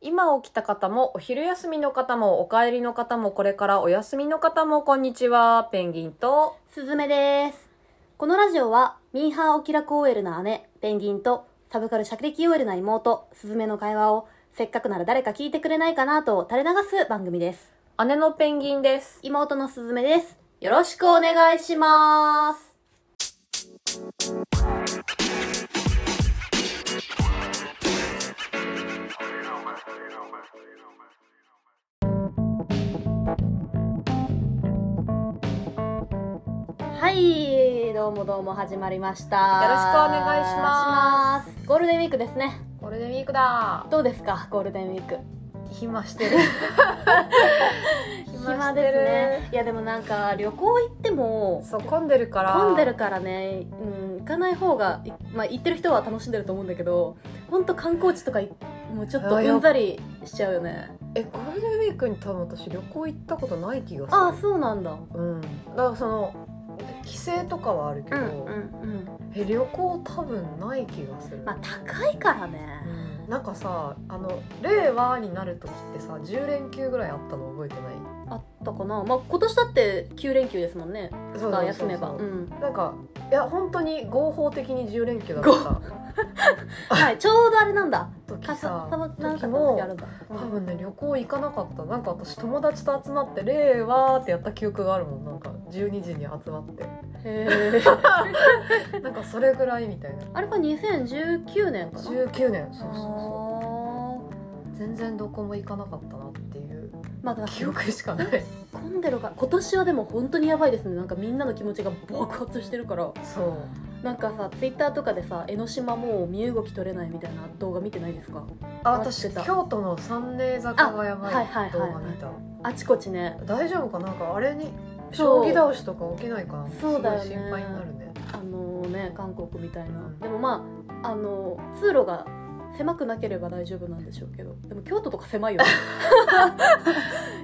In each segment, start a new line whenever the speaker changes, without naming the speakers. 今起きた方も、お昼休みの方も、お帰りの方も、これからお休みの方も、こんにちは。ペンギンと、
すずめです。このラジオは、ミーハーオキラク OL な姉、ペンギンと、サブカルシャキレキ OL な妹、すずめの会話を、せっかくなら誰か聞いてくれないかなと垂れ流す番組です。
姉のペンギンです。
妹のすずめです。よろしくお願いします。はい、どうもどうも始まりました。よ。
ろしくお願いします
ゴールデンウィークですね。
ゴールデンウィークだ。
どうですか、ゴールデンウィーク。
暇して る。
暇ですね。いやでもなんか旅行行っても
そう、混んでるから。
混んでるからね、うん、行かない方が、いまあ、行ってる人は楽しんでると思うんだけど本当観光地とかいもうちょっと
あよ
うんざりしちゃうよね
え、ゴールデンウィークに多分私旅行行ったことない気がする。
ああそうなんだ
うん。だからその、帰省とかはあるけど、
ん
え、旅行多分ない気がする。
まあ高いからね
うんなんかさあの令和になる時ってさ10連休ぐらいあったの覚えてない
あったかなまあ今年だって9連休ですもんね2日休めば
そううそうんなんかいや本当に合法的に10連休だった
はいちょうどあれなんだ
時
か
さ
ささばなん
時
かの時あ
も
るんだ
多分ね旅行行かなかったなんか私友達と集まって「令和」ってやった記憶があるもんなんか12時に集まって
へ え
なんかそれぐらいみたいな
あれが2019年かな
19年そうそうそ
あ
う
ー
全然どこも行かなかったなっていう
まあ、だから
記憶しか ない
混んでるから今年はでも本当にやばいですねなんかみんなの気持ちが爆発してるから
そう
なんかさツイッターとかでさ江ノ島もう身動き取れないみたいな動画見てないですか
あ
待って
私
た
京都の三寧坂がやば
あはいいはいはい
動
はい
画見た
あちこちね
大丈夫かなんかあれに将
そう
棋倒しとか起きないかな
そうだよね
すごい心配になるね
あのね韓国みたいな
うん
でもまああの通路が狭くなければ大丈夫なんでしょうけどでも京都とか狭いよ ね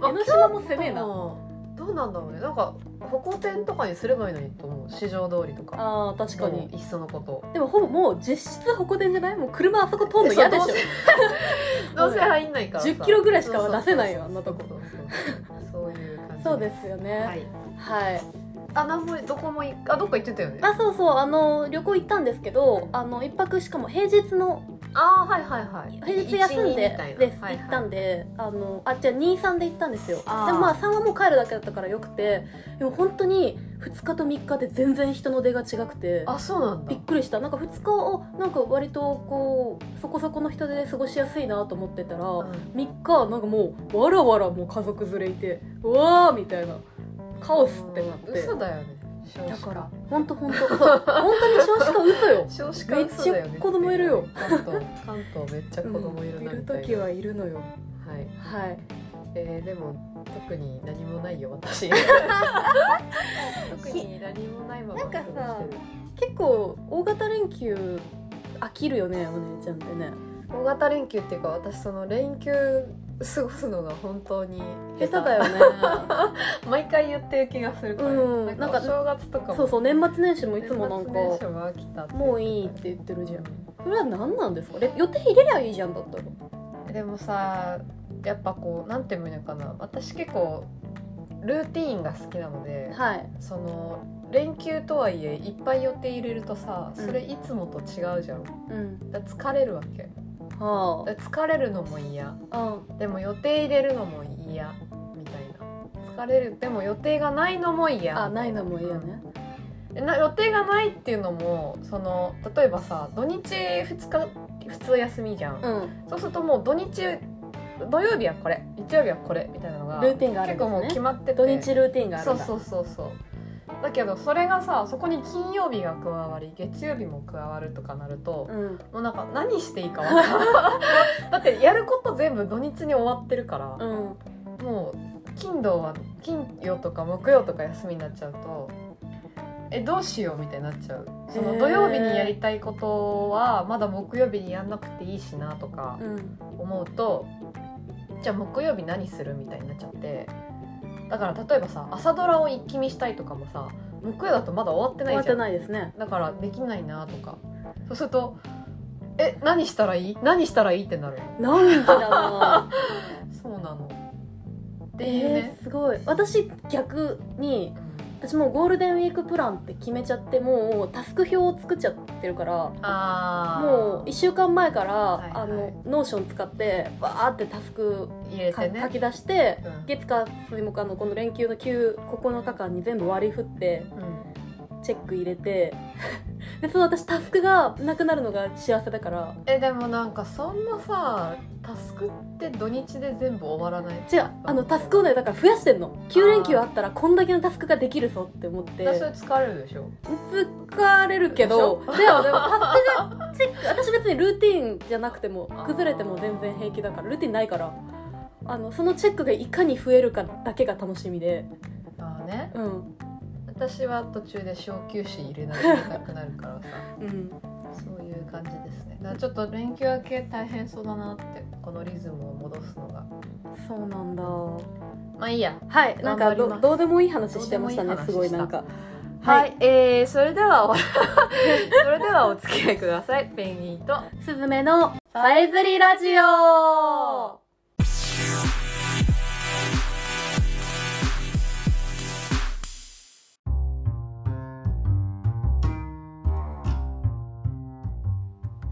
江ノ島も狭いな
うんどうなんだろうねなんか歩行天とかにすればいいのにと思う市場通りとか
あー確か
も
に
ういっそのこと
でもほぼもう実質歩行電じゃないもう車あそこ通るの嫌でしょ
えどうせ 入んないからさ
10キロぐらいしかは出せないよ
そうそうそう
あ
そうそういう感じ
そうですよね
はい
はい
あなんもどこもいあどっか行ってたよね
あそうそうあの旅行行ったんですけどあの一泊しかも平日の
あーはいはいはい
平日休
一日
ん
み
で
たいな
です、
はいはい
行ったんであのあじゃあ23で行ったんですよで
あー
もまあ3はもう帰るだけだったからよくてでも本当に2日と3日で全然人の出が違くて
あそうなんだ
びっくりしたなんか2日をなんか割とこうそこそこの人で過ごしやすいなと思ってたら
うん
3日なんかもうわらわらもう家族連れいてうわーみたいなカオスってなって
嘘だよね少子化
だから本当本当そう本当に少子化嘘よ
少子化嘘だよね
めっちゃ子供いるよ
関東関東めっ ちゃ子供いるなみたいな、
いる時はいるのよ
はい
はい
えー、でも特に何もないよ 私特に何もないまま
なんか
過
さ
ごしてる
結構大型連休飽きるよねお姉ちゃんってね
大型連休っていうか私その連休過ごすのが本当に
下手だよね
毎回言ってる気がするから、
うん
なん
なん
か
か
お正月とかも
そうそう年末年始もいつもなん
年末年始
か
も飽きたって言ってた
もういいって言ってるじゃんそれは何なんですかれ予定入れりゃいいじゃんだったら
でもさやっぱこうなんていうのかな私結構ルーティーンが好きなので、
はい
その連休とはいえいっぱい予定入れるとさそれいつもと違うじゃん、
うん
だから疲れるわけ
は
だから疲れるのも嫌
あうん
でも予定入れるのも嫌みたいな疲れるでも予定がないのも嫌
あないのもいいよね
でな予定がないっていうのもその例えばさ土日2日普通休みじゃん、
うん
そうするともう土日土曜日はこれ日曜日はこれみたいなのが
ルーティンがあるん
結構もう
です
決
ね
まってて
土日ルーティンがある
そ
ん
う
だ
そうそうそうだけどそれがさそこに金曜日が加わり月曜日も加わるとかなると、
うん
もうなんか何していいか分からん だってやること全部土日に終わってるから、
うん
もう金土は金曜とか木曜とか休みになっちゃうとえどうしようみたいになっちゃうそ
へ
の
ー
土曜日にやりたいことはまだ木曜日にやんなくていいしなとか
うん
思うとじゃあ木曜日何するみたいになっちゃってだから例えばさ朝ドラを一気見したいとかもさ木曜だとまだ終わって
終
な
わ
い
っ
じゃ
て
ん
ないですね
だからできないなとかそうするとえ何したらいい何したらいいってなる
なんでだろう
そうなのっていう
え
ね、
ー、すごい私逆に私もうゴールデンウィークプランって決めちゃってもうタスク表を作っちゃってるから
ああ
もう1週間前から、
いはい
あのノーション使ってバーってタスク
入れ
か
て
書、
ね
き出して
うん
月火水木あのこの連休の9 9日間に全部割り振って
うん
チェック入れて でその私タスクがなくなるのが幸せだから
えでもなんかそんなさタスクって土日で全部終わらない
違うあのタスクをねだから増やしてんの9連休あったらこんだけのタスクができるぞって思って
私は疲れるでしょ
疲れるけどでもでもタスクがチェック 私別にルーティンじゃなくても崩れても全然平気だからルーティンないからあのそのチェックがいかに増えるかだけが楽しみで
ああね
うん
私は途中で小休止入れないといけなくなるからさ
うん
そういう感じですねだからちょっと連休明け大変そうだなってこのリズムを戻すのが
そうなんだ
まあいいや
はいなんか
頑張りま
ど
す
どうでもいい話してましたね
どう
す
で
ご
もいい話
いなんか
は
はいい、
えーそれでは おそれではお付き合いくださいペンギンと
すずめのさえずりラジオ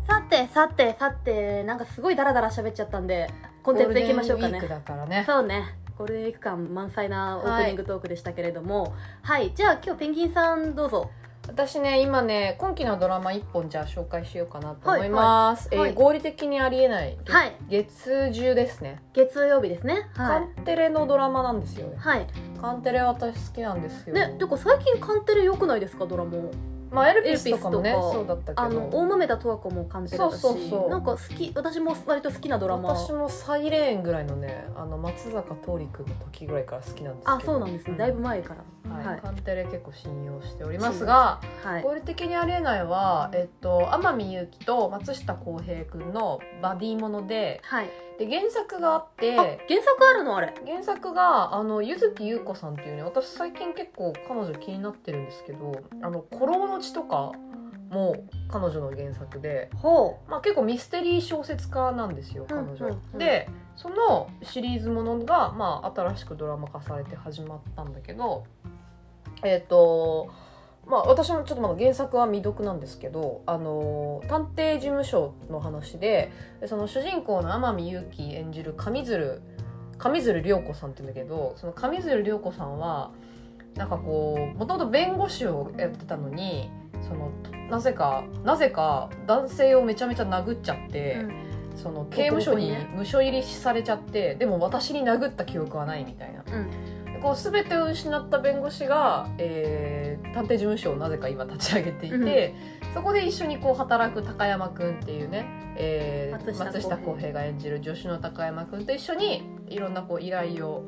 さてさてさてなんかすごいダラダラ喋っちゃったんでコンテンツいきましょうか
ゴールデンウィーク
ね
だからね
そうねゴールデンウィーク感満載なオープニングトークでしたけれどもはい、じゃあ今日ペンギンさんどうぞ
私ね今ね今期のドラマ1本じゃあ紹介しようかなと思
はいい
ます、
は
え
い
ー
はい
合理的にありえない、
はい
月10ですね、
月曜日ですねは
カ
い
ンテレのドラマなんですよね
はい
カンテレ私好きなんですよ
ね、てか最近カンテレ良くないですかドラマ
まあエルピスとかもね
エルピスとか
そうだったけど
あの大豆田十和子もカンテレだし
そうそうそう
なんか好き私も割と好きなドラマ
私もサイレーンぐらいのねあの松坂桃李君の時ぐらいから好きなんですけど
あそうなんですねだいぶ前から
はい
はい
カンテレ結構信用しておりますが
はい
合理的にありえないは、えっと、天海祐希と松下洸平君のバディもので
はい
で原作があっ
あ
て
原作あるのあれ
原作があの柚木優子さんっていうね私最近結構彼女気になってるんですけど「あの古老の地」とかも彼女の原作で、
ほ
まあ、結構ミステリー小説家なんですよ彼女。
うんうんうん
でそのシリーズものが、まあ、新しくドラマ化されて始まったんだけどえっ、とまあ私もちょっとまだ原作は未読なんですけど、あの探偵事務所の話でその主人公の天海祐希演じる上鶴上鶴涼子さんって言うんだけどその上鶴涼子さんはなんかこうもともと弁護士をやってたのにそのなぜかなぜか男性をめちゃめちゃ殴っちゃって。
う、
その刑務所に
ボコボコにね
無所入りされちゃって、でも私に殴った記憶はないみたいな、
うん
こう全てを失った弁護士が、えー探偵事務所をなぜか今立ち上げていて、そこで一緒にこう働く高山くんっていうね、えー
松下
松
洸平
下洸平が演じる助手の高山くんと一緒にいろんなこう依頼を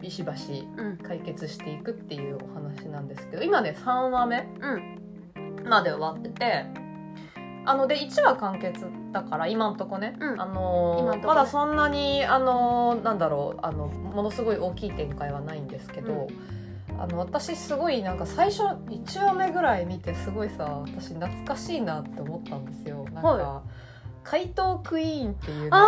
ビシバシ
うん
解決していくっていうお話なんですけど今ね3話目
うん
まで終わっててあので1話完結だから今んとこね、
うん
あのー
今んとこね
まだそんなにあのーなんだろうあのものすごい大きい展開はないんですけど、あの私すごいなんか最初1話目ぐらい見てすごいさ私懐かしいなって思ったんですよ。なんか、
は
怪盗クイーンっていうね、
あー
わ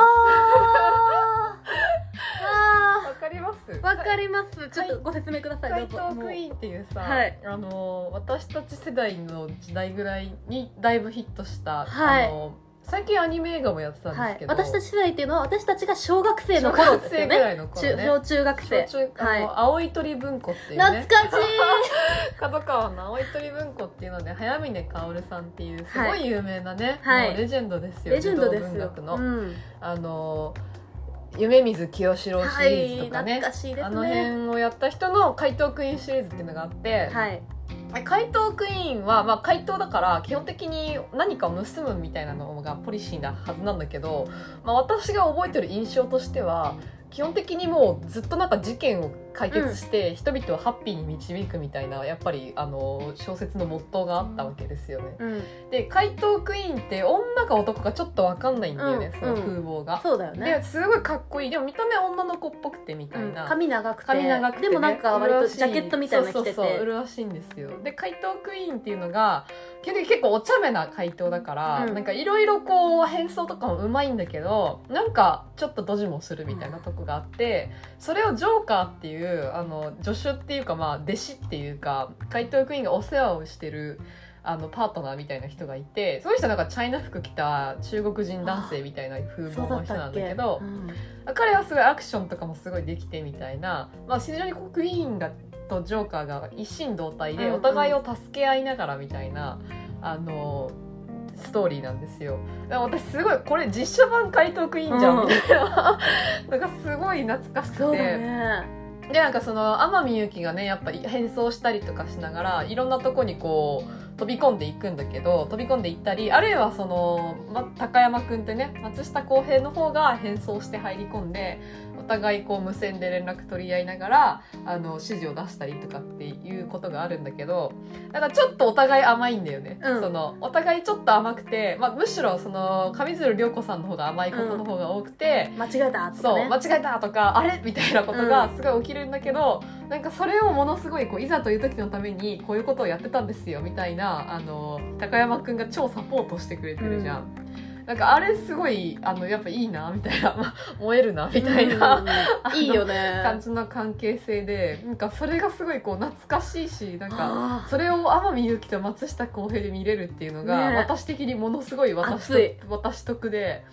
あ
かります
ーわかりますちょっとご説明ください
怪
どうぞ
盗
もう
クイーンっていうさ、
はい
あの私たち世代の時代ぐらいにだいぶヒットした、
はい
あの最近アニメ映画もやってたんで
は
す
い
け、ど、
私たち世代っていうのは私たちが小学生
小
の頃
学
ですよ
生ぐ
ね
らいの頃
中
ね
小中学生
小中あ
はい
の、青い鳥文庫っていうね
懐かしい
角川の青い鳥文庫っていうので早峰薫さんっていうすごい有名なね、
はい
もうレジェンド ですよ
レジェンドで
児童
す
文
よ
学の、
うん
あの夢水清志郎シ
は
リー
い
ズとかね、
懐かしいですね
あの辺をやった人の怪盗クイーンシリーズっていうのがあって、
はい
怪盗クイーンは、まあ、怪盗だから基本的に何かを盗むみたいなのがポリシーなはずなんだけど、まあ、私が覚えてる印象としては基本的にもうずっとなんか事件を解決して人々をハッピーに導くみたいなやっぱりあの小説のモットーがあったわけですよね。
うん、
で怪盗クイーンって女か男かちょっとわかんないんだよね、
うん
その風貌が。
そうだよね、
ですごいかっこいいでも見た目は女の子っぽくてみたい
うん
な。
髪長くて
髪長くてね、
でもなんか割と
麗しい
ジャケットみたいなの着てて
そうそうそう麗しいんですよで怪盗クイーンっていうのが結局結構お茶目な怪盗だから、
うん
なんかいろいろこう変装とかもうまいんだけどなんかちょっとドジもするみたいなとこがあって、それをジョーカーっていうあの助手っていうかまあ弟子っていうか怪盗クイーンがお世話をしてるあのパートナーみたいな人がいてその人なんかチャイナ服着た中国人男性みたいな風
そ
貌
うだ
の
っ
人
た
な
っ
ん
け
だけど
う。ん
彼はすごいアクションとかもすごいできてみたいな、まあ、非常にこうクイーンがとジョーカーが一心同体
うん
で
うん
お互いを助け合いながらみたいな、あのストーリーなんですよ。だから私すごいこれ実写版怪盗クイーンじゃ
うん
んみたいな なんかすごい懐かしくて。
そうだね
でなんかその天海祐希がねやっぱ変装したりとかしながらいろんなとこにこう飛び込んでいくんだけど飛び込んでいったりあるいはその、ま、高山くんってね松下洸平の方が変装して入り込んでお互いこう無線で連絡取り合いながらあの指示を出したりとかっていうことがあるんだけどなんかちょっとお互い甘いんだよね、
うん
そのお互いちょっと甘くて、ま、むしろその上水流涼子さんの方が甘いことの方が多くて。
間違えたとか
そう
ね
間違えたとかあれみたいなことがすごい起きるんだけど、なんかそれをものすごいこういざという時のためにこういうことをやってたんですよみたいなあの高山くんが超サポートしてくれてるじゃん。なんかあれすごいあのやっぱいいなみたいなまあ燃えるなみたいな、
うんいいよね
感じの関係性でなんかそれがすごいこう懐かしいしなんか
あ
それを天海祐希と松下洸平で見れるっていうのが、
ねえ
私的にものすごい私と
熱い
私得で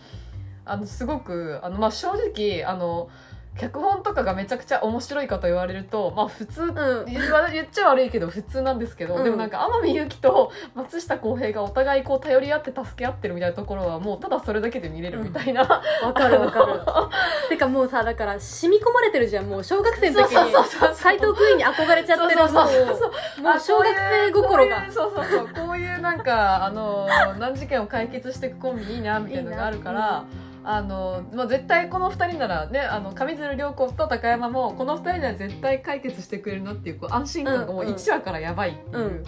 あのすごくあの、まあ、正直あの脚本とかがめちゃくちゃ面白いかと言われると、まあ、普通、
ーうん
言わ言っちゃ悪いけど普通なんですけど、
うん
でもなんか天海祐希と松下洸平がお互いこう頼り合って助け合ってるみたいなところはもうただそれだけで見れるみたいな、
わかるわか るてかもうさだから染み込まれてるじゃんもう小学生の時
そうそう
に
そうそう
斎藤クイーンに憧れちゃってる
そうそうそうそう
もう小学生心が
あそういうそうそうそうこういうなんかあの難事件を解決していくコンビいいなみたいなのがあるから。あのまあ、絶対この2人ならねあの上鶴涼子と高山もこの2人なら絶対解決してくれるなっていうこう安心感がもう
うんうん
1話からやばいっていう、
うん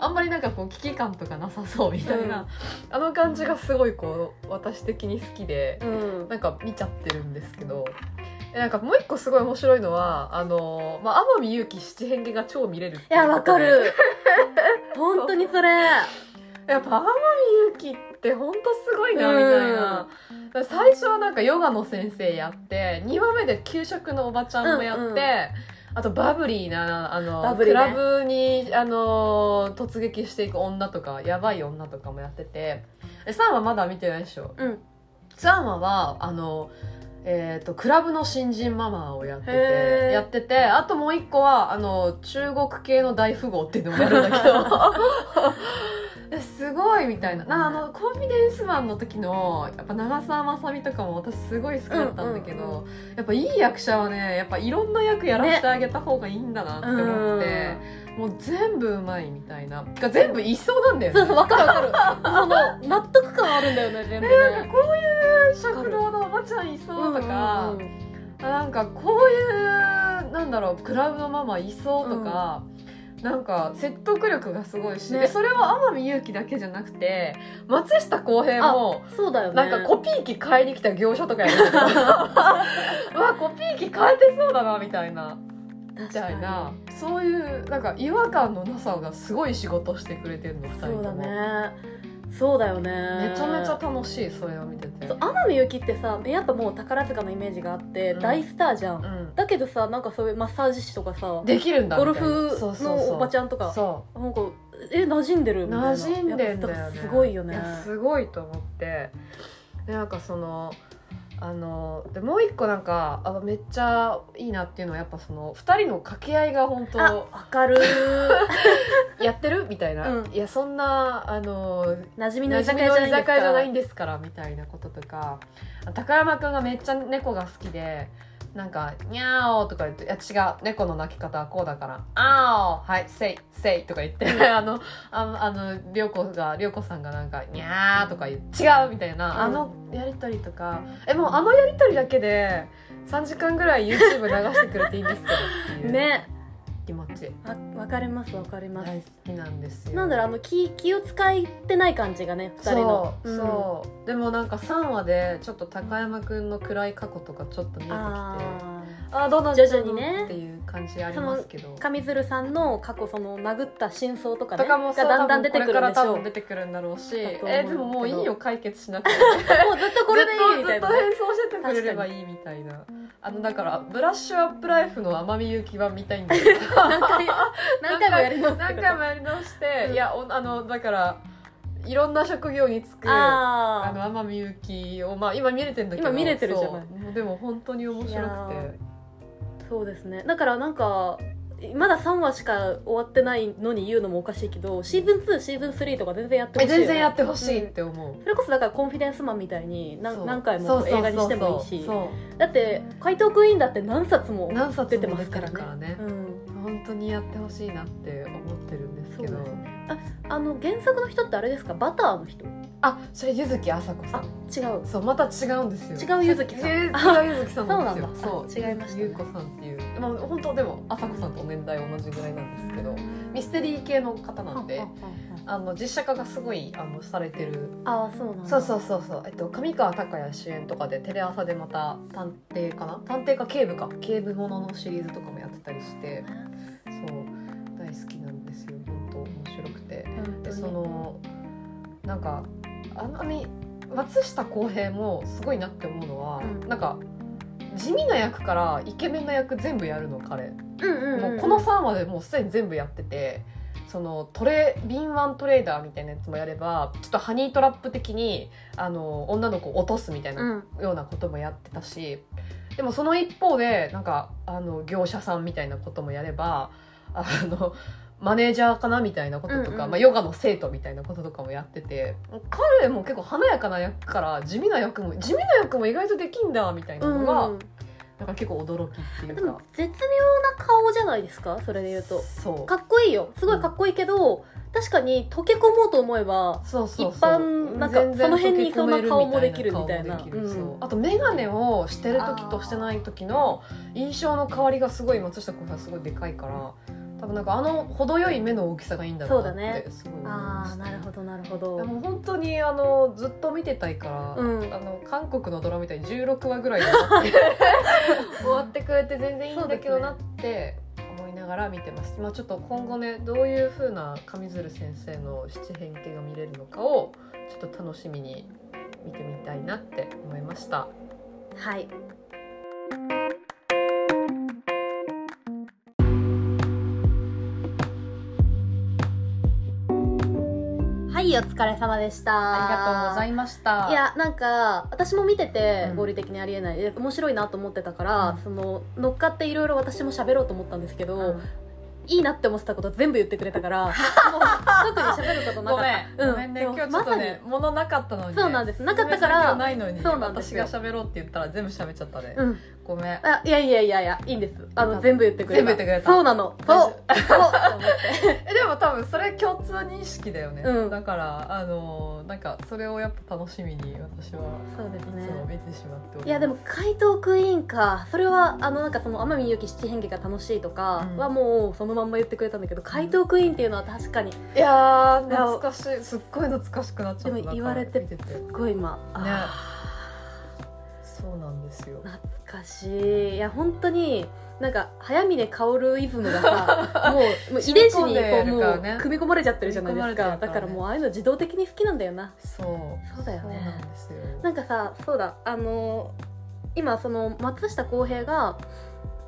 あんまりなんかこう危機感とかなさそうみたいな、あの感じがすごいこう私的に好きで、
うん
なんか見ちゃってるんですけどでなんかもう一個すごい面白いのはあの、まあ、天海祐希七変化が超見れるって
いう
こと
や
で
わかる本当にそれ
やっぱ天海祐希ってほんとすごいなみたいな、最初はなんかヨガの先生やって2話目で給食のおばちゃんもやって、
うんうん
あとバブリーなあの
バブリーね
クラブにあの突撃していく女とかやばい女とかもやってて3話まだ見てないでしょ
うん
ザーマはあのえー、とクラブの新人ママをやって
へ
て
ー
やっててあともう一個はあの中国系の大富豪っていうのもやるんだ けどすごいみたいななあのコンフィデンスマンの時のやっぱ長澤まさみとかも私すごい好きだったんだけど、
うんうん
やっぱいい役者はねやっぱいろんな役やらせてあげた方がいいんだなって思って、もう全部うまいみたいなてか全部いそうなんだよね
そうそうわかるわかるその納得感あるんだよね全部ね
なんかこういう食堂のおばちゃんいそうとか、
うんうんうん
なんかこういうなんだろうクラブのママいそうとか、なんか説得力がすごいし、
ね
でそれは天海祐希だけじゃなくて松下洸平も。
そうだよね
なんかコピー機買いに来た業者とかやる んだけどうわコピー機変えてそうだなみたいなみ
確
た
かに
いなそういうなんか違和感のなさがすごい仕事してくれてるの2人と
そう
も
だねそうだよね
めちゃめちゃ楽しいそれを見てて
そう天海祐希ってさやっぱもう宝塚のイメージがあって、
うん
大スターじゃん、
うん
だけどさなんかそういうマッサージ師とかさ
できるんだ
ゴル
みたい
フ
なそうそうそう
のおばちゃんとか
そう
なんかえ馴染んでるみたいな
馴染んでんだ
や
よ
っぱ
ね
すごいよね
やすごいと思ってでなんかそのあのでもう一個なんかあめっちゃいいなっていうのはやっぱその2人の掛け合いが本
あ
当
わかる
やってるみたいな、
うん
いやそんなあの
馴染みの
馴染
居酒
みの居酒屋じゃ
屋
な
ないい
ん
ん
ですからみたいなこととか高山くんがめっちゃ猫が好きでなんか「にゃーお」とか言って「いや違う猫の鳴き方はこうだからあーおはいせいせい」とか言って あのああの涼子が涼子さんがなんか「にゃー」とか言って「違う」みたいな、
うん
あのやりとりとかえもうあのやりとりだけで3時間ぐらい YouTube 流してくれていいんですけどって いう
ね
気持ち
わ分かります分かります、
大好きなんですよ
なんだろうあの気気を使ってない感じがね2人の
そう、そうでもなんか3話でちょっと高山くんの暗い過去とかちょっと見えてきてあ
あ
あどうなっちゃうの
徐々にね
っていう感じありますけど
あ上鶴さんの過去その殴った真相とか,、ね、
とかもそ
が
う
だんだん出てくるんでし
多
ょ
分
う
これから多分
もうず
出てくるんだろうし
だと思うんだけど
えでももういいよ解決しなくて
っ とこれでいいみたいな
ずっとずっと変装しててくれればいいみたいなあのだからブラッシュアップライフの天海祐希版見たいんだけど
何回何回もやります
何回もやり直して、
うん
いやおあのだからいろんな職業に就く
あー
あの天海祐希を、まあ、今見れてんだけど
今見れてるじゃない
そうもうでも本当に面白
いや
く
ー
て
そうですねだからなんかまだ3話しか終わってないのに言うのもおかしいけどシーズン2シーズン3とか全然やってほ
え
しいよね
全然やってほしいって思う、
それこそだからコンフィデンスマンみたいに
そ
何
う
何回
そうそ
も
うそう
映画にしてもいいし
そ
だって「怪盗クイーン」だって何冊も
う何冊
出
出
て
てま
ま
すす
か
からら
ね
ね
うん、
本当にやってほしいなって思ってるんです
そ
け
うです
ど
ねああの原作の人ってあれですかバターの人
あそれ柚木あさこさん
違う
そうまた違うんですよ
違う柚木さん
え違う柚木さんなんですよ
そうなんだあ違いましたね
ゆうこさんっていうまあ本当でもあさこさんと年代同じぐらいなんですけど、ミ
ス
ステリー系の方なんで、
あ
あの実写化がすごいあのされてる
ああそうなんだ
そうそうそうそう、えっと、上川隆也主演とかでテレ朝でまた探偵かな探偵か警部か警部もののシリーズとかもやってたりしてそう大好きなんですよ本当面白くてでそのなんかあんなに松下洸平もすごいなって思うのは、
うん
なんか地味な役からイケメンな役全部やるの彼
うんうんうん
もうこの3話でもうすでに全部やっててそのトレ敏腕トレーダーみたいなやつもやればちょっとハニートラップ的にあの女の子を落とすみたいな
うん
ようなこともやってたしでもその一方でなんかあの業者さんみたいなこともやればあのマネージャーかなみたいなこととか、
うんうん
まあ、ヨガの生徒みたいなこととかもやってて彼も結構華やかな役から地味な役も地味な役も意外とできんだみたいな
うん
のが、
うん
なんか結構驚きってい
で
うか
も。絶妙な顔じゃないですかそれで言うと
そう
かっこいいよすごいかっこいいけど確かに溶け込もうと思えば
そうそうそう
一般なんか
全然
その辺にいそうな顔もできるみたいな
顔もできるそう
うん
あと眼鏡をしてる時としてない時の印象の変わりがすごい松下洸平はすごいでかいから多分なんかあの程よい目の大きさがいいんだろう
そうだ
なっ
ね
てすごい思いま
ああ
した
なるほどなる
い
ほ
や
ど
もう本当にあのずっと見てたいから、
うん
あの韓国のドラマみたいに16話ぐらいで終わって 終わってくれて全然いいんだけどなって思いながら見てますまあちょっと今後ねどういう風な上鶴先生の七変化が見れるのかをちょっと楽しみに見てみたいなって思いました
はいはいお疲れ様でした
ありがとうございました
いやなんか私も見てて
うん
合理的にありえない、え面白いなと思ってたから、
うん
その乗っかっていろいろ私も喋ろうと思ったんですけど、
うん
いいなって思ってたこと全部言ってくれ たからもう特に喋ることな
ご
かっ
め
た
ん、ごめんね、
でも
今日ちょっとね、物なかったのに、ね、
そうなんですなかったから
説明ないのに
そうなんです
私
よ
が喋ろうって言ったら全部喋っちゃったね、
まさにうん
ごめん
あいやいやいやいやいいんですあ
よか
の
った
全部言ってくれた
全部言ってくれた
そうなのそうそうと思って
えでも多分それ共通認識だよね、
うん
だからあのーなんかそれをやっぱ楽しみに私は
そうで
い
す
つ
ね
も見てしまっております
いやでも「怪盗クイーンか」それはあのなんかその天海祐希七変化が楽しいとかは
うん
もうそのまんま言ってくれたんだけど「怪盗クイーン」っていうのは確かにす
いやー懐かしいすっごい懐かしくなっちゃった
でも言われて
なんか見てて
っごい今あ
そうなんですよ
ー懐かしいいや本当になんか早峰薫イズムが さもうもう遺伝子
染
に
み
こ
込
うん
で
も
るからね
う組み込まれちゃってるじゃないです
組み込ま
か
れて
だ
るからね
からもうああいうの自動的に好きなんだよな
そう
そうだよね
そうなんですよ
なんかさそうだあのー今その松下洸平が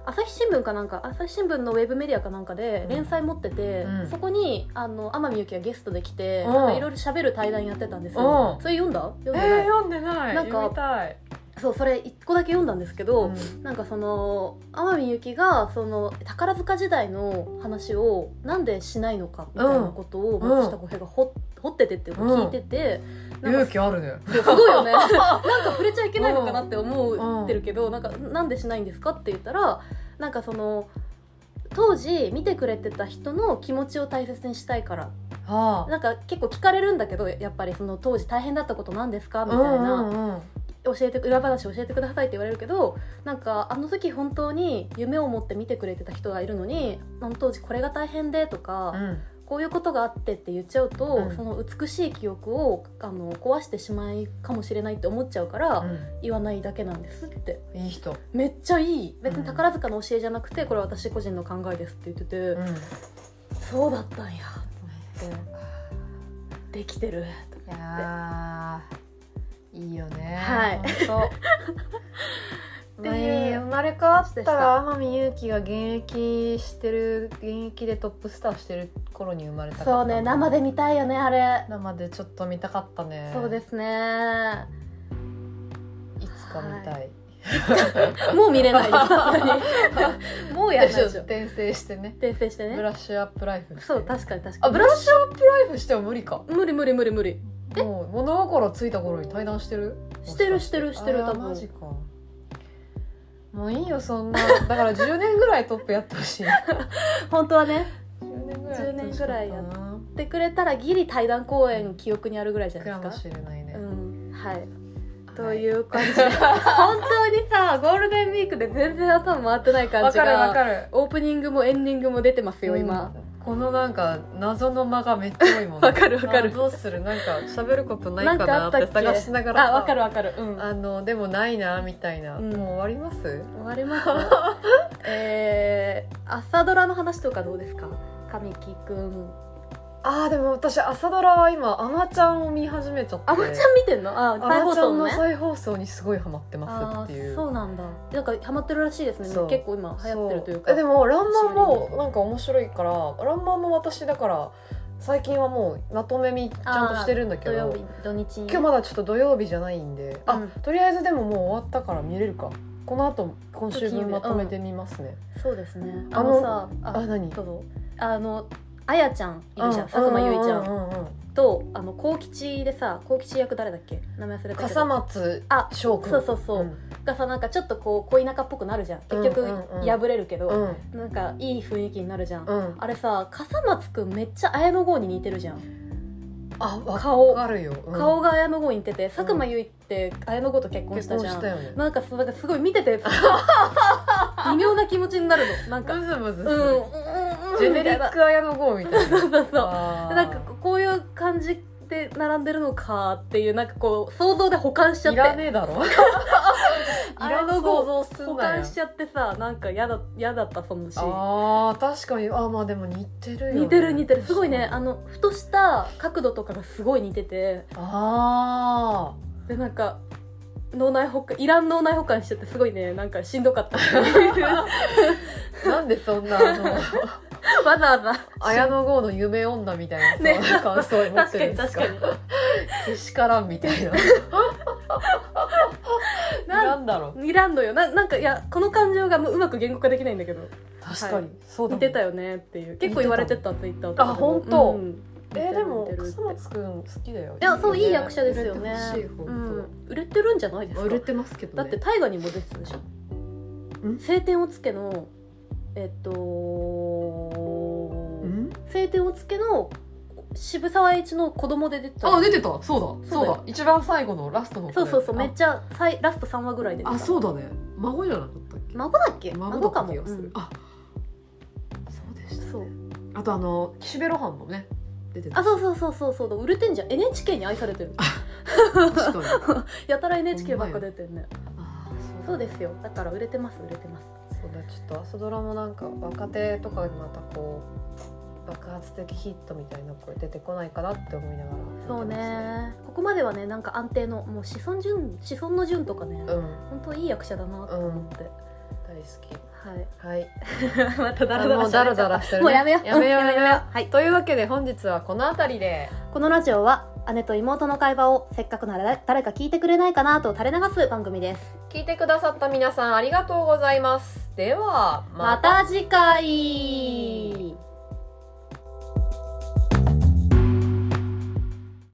朝日新聞かなんか朝日新聞のウェブメディアかなんかで
うん
連載持ってて、
うん
そこにあの天海祐希がゲストで来て
うん
なんかいろいろ喋る対談やってたんですよ
うん
それ読んだ読んで
え
ない、
ー、読んでない
なんか
読みたい、
そうそれ一個だけ読んだんですけ
う
ど、
ん
なんかその天海祐希がその宝塚時代の話をなんでしないのかみたいなこと
う
を
ん
松下洸平が掘掘っててっていうか聞いてて、なん
勇
か
気あるね
そうすごい よねなんか触れちゃいけないのかなって思ってるけど、なんかなんでしないんですかって言ったらなんかその当時見てくれてた人の気持ちを大切にしたいから
ああ
なんか結構聞かれるんだけどやっぱりその当時大変だったことなんですかみたいな、
うんうんうん
教えて裏話教えてくださいって言われるけどなんかあの時本当に夢を持って見てくれてた人がいるのにあの当時これが大変でとか、
うん
こういうことがあってって言っちゃうと、
うん
その美しい記憶をあの壊してしまいかもしれないって思っちゃうから、言わないだけなんですって
うんいい人、
めっちゃいい別に宝塚の教えじゃなくてこれは私個人の考えですって言ってて、
うん
そうだったんやと思ってできてる
いやーいいよね
はい
本当
っていう
前生まれ変わったら天海祐希が現役してる現役でトップスターしてる頃に生まれたかった
そうね生で見たいよねあれ、
生でちょっと見たかったね
そうですね
いつか見たい、
もう見れ ないよさすがにもうや らないでしょ
転生してね
訂正して
ブ
ね
ラッシュアップライフして
そう確かに確か
あ
に
ブラッシュアップライフしても無理か
無理無理無理無理
もう物心ついた頃に対談してる
してる
もか
してるしてる
あー
多分
マジかもういいよそ んなだから10年ぐらいトップやってほしい10
本当はね
年ぐ
10年ぐらいや
っ
って
ほしかな
言ってくれたらギリ対談公演記憶にあるぐらいじゃない
か
で
も
す
しれないね
か、うんはい
は
というう感じで 本当にさゴールデンウィークで全然頭回ってない感
わ
じ
かるわ
が
かる
オープニングもエンディングも出てますよ今、
うんこのなんか謎の間がめっちゃ多いもん
わかるわかる
あーどうするなんか喋ることないか
なん
なっ
かあった
て
っけ
探しながら
あわかる
わ
わかるうん終
あのでもないなみたいな、
うん
もう終わります
わりますえー、朝ドラの話とかどうですか神木くん
あーでも私朝ドラは今「あまちゃん」を見始めちゃって
あまちゃん見てんのあ
ア
再
マ
放
ちゃ
送
んの
のね
再放送にすごいハマってます
あ
ってい
ー
う。
そうなんだなんかハマってるらしいですね
そう
結構今流行ってるという
そ
か
えでも「らんまん」もなんか面白いから「らんまん」も私だから最近はもうまとめみちゃんとしてるんだけ
土曜
ど
日土日にね
今日まだちょっと土曜日じゃないんで、
う
あ
ん
とりあえずでももう終わったから見れるかこの後今週分まとめてみますね、
そうですね
あ
あ
の
のさあ
あ何
どうぞあのあやちゃんいるじゃん
う
佐久間由衣ちゃ
うんううんうん
とあの幸吉でさ幸吉役誰だっけ名前忘れたけど
笠松
あ
翔くん
そうそうそう、
ん
がさなんかちょっとこう恋仲っぽくなるじゃん結局
うんうんうん
破れるけど、
うん
なんかいい雰囲気になるじゃん、
うん
あれさ笠松くんめっちゃ綾野剛に似てるじゃん、
あわ
顔
かるよ、うん
顔が綾野剛に似てて佐久間由衣って綾野剛と結婚し
結
た
婚
じゃ
し
ん
たよね
なんかすなんかすごい見 てて微妙な気持ちになるのなんか
ムズムズ
う
す
んう
る、
んうんうん
ジェネリ
みたい
ッ
な
ク綾野剛みたいな。
そうそうそう
あー
なんかこういう感じで並んでるのかっていうなんかこう想像で保管しちゃっ
い
て
らねえだ ろ。いら
綾
ん
野
想
剛
像す
保
んなよ
管し。ちゃってさなんか嫌だ嫌だったそのシーン
ああ確かにあまあでも似てるよ、ね。
似てる似てるすごいねあのふとした角度とかがすごい似てて
あ
でなんか脳内保管いらん脳内保管しちゃってすごいねなんかしん どかった
あなんでそんなあ の
わざわざ
綾野剛の夢女みたいなさ、
ね
感想を持っ
確
て
か
る
に
んです
確
か
か。に
けしからんみたいな。
なん
なんだろう。
いらんのよななんかいやこの感情がもううまく言語化できないんだけど
確かに、
は
そうだも
似
ん。
てたよねっていう結構言われてたツイッターとかで
あ
も
本当
うん
えーでも
似てる似て
笠
る
松くん好きだよ。
いやそういい
ね
役者ですよ
売
ね
れてほしい
うん
本
売れてるんじゃないで
当。
す
売れ
か
てますけど
だ
ね。
って大河にも出てたでしょ「青天を衝け」のえっと
う
「
ん？
青天を衝け」の渋沢栄一の子供で出てた
あ出てたそうだ
そ
そうう
だよ
だ一番最後のラストのこれ
そうそうそう
あ
めっちゃさいラスト3話ぐらいで出てた
あそうだね孫じゃなかったっけ
孫だっけ
孫だ
か
った
も
気がす
う
る
ん
あそうでしたね
そう
あとあの岸辺露伴もね出てた
あそうそうそうそうそうだ売れてんじゃん NHK に愛されてる
確かに
やたら NHK ばっか出てんね
あー
そう
だね
ですよだから売れてます売れてます
そうだちょっと朝ドラもなんか若手とかにまたこう爆発的ヒットみたいな声出てこないかなって思いながら見て
そう
ます
ねここまではねなんか安定のもう子孫順子孫の順とかね、
うん
本当いい役者だなと思って、
大好
はい
きはい
またダラダラ
もう
し
ダ
ゃべっ
ラ
ちゃ
ダ
った
ラしてるね
もうやめよう
やめようやめよう
はい
というわけで本日はこの辺りで
このラジオは姉と妹の会話をせっかくなら誰か聞いてくれないかなと垂れ流す番組です
聞いてくださった皆さんありがとうございますでは
また次回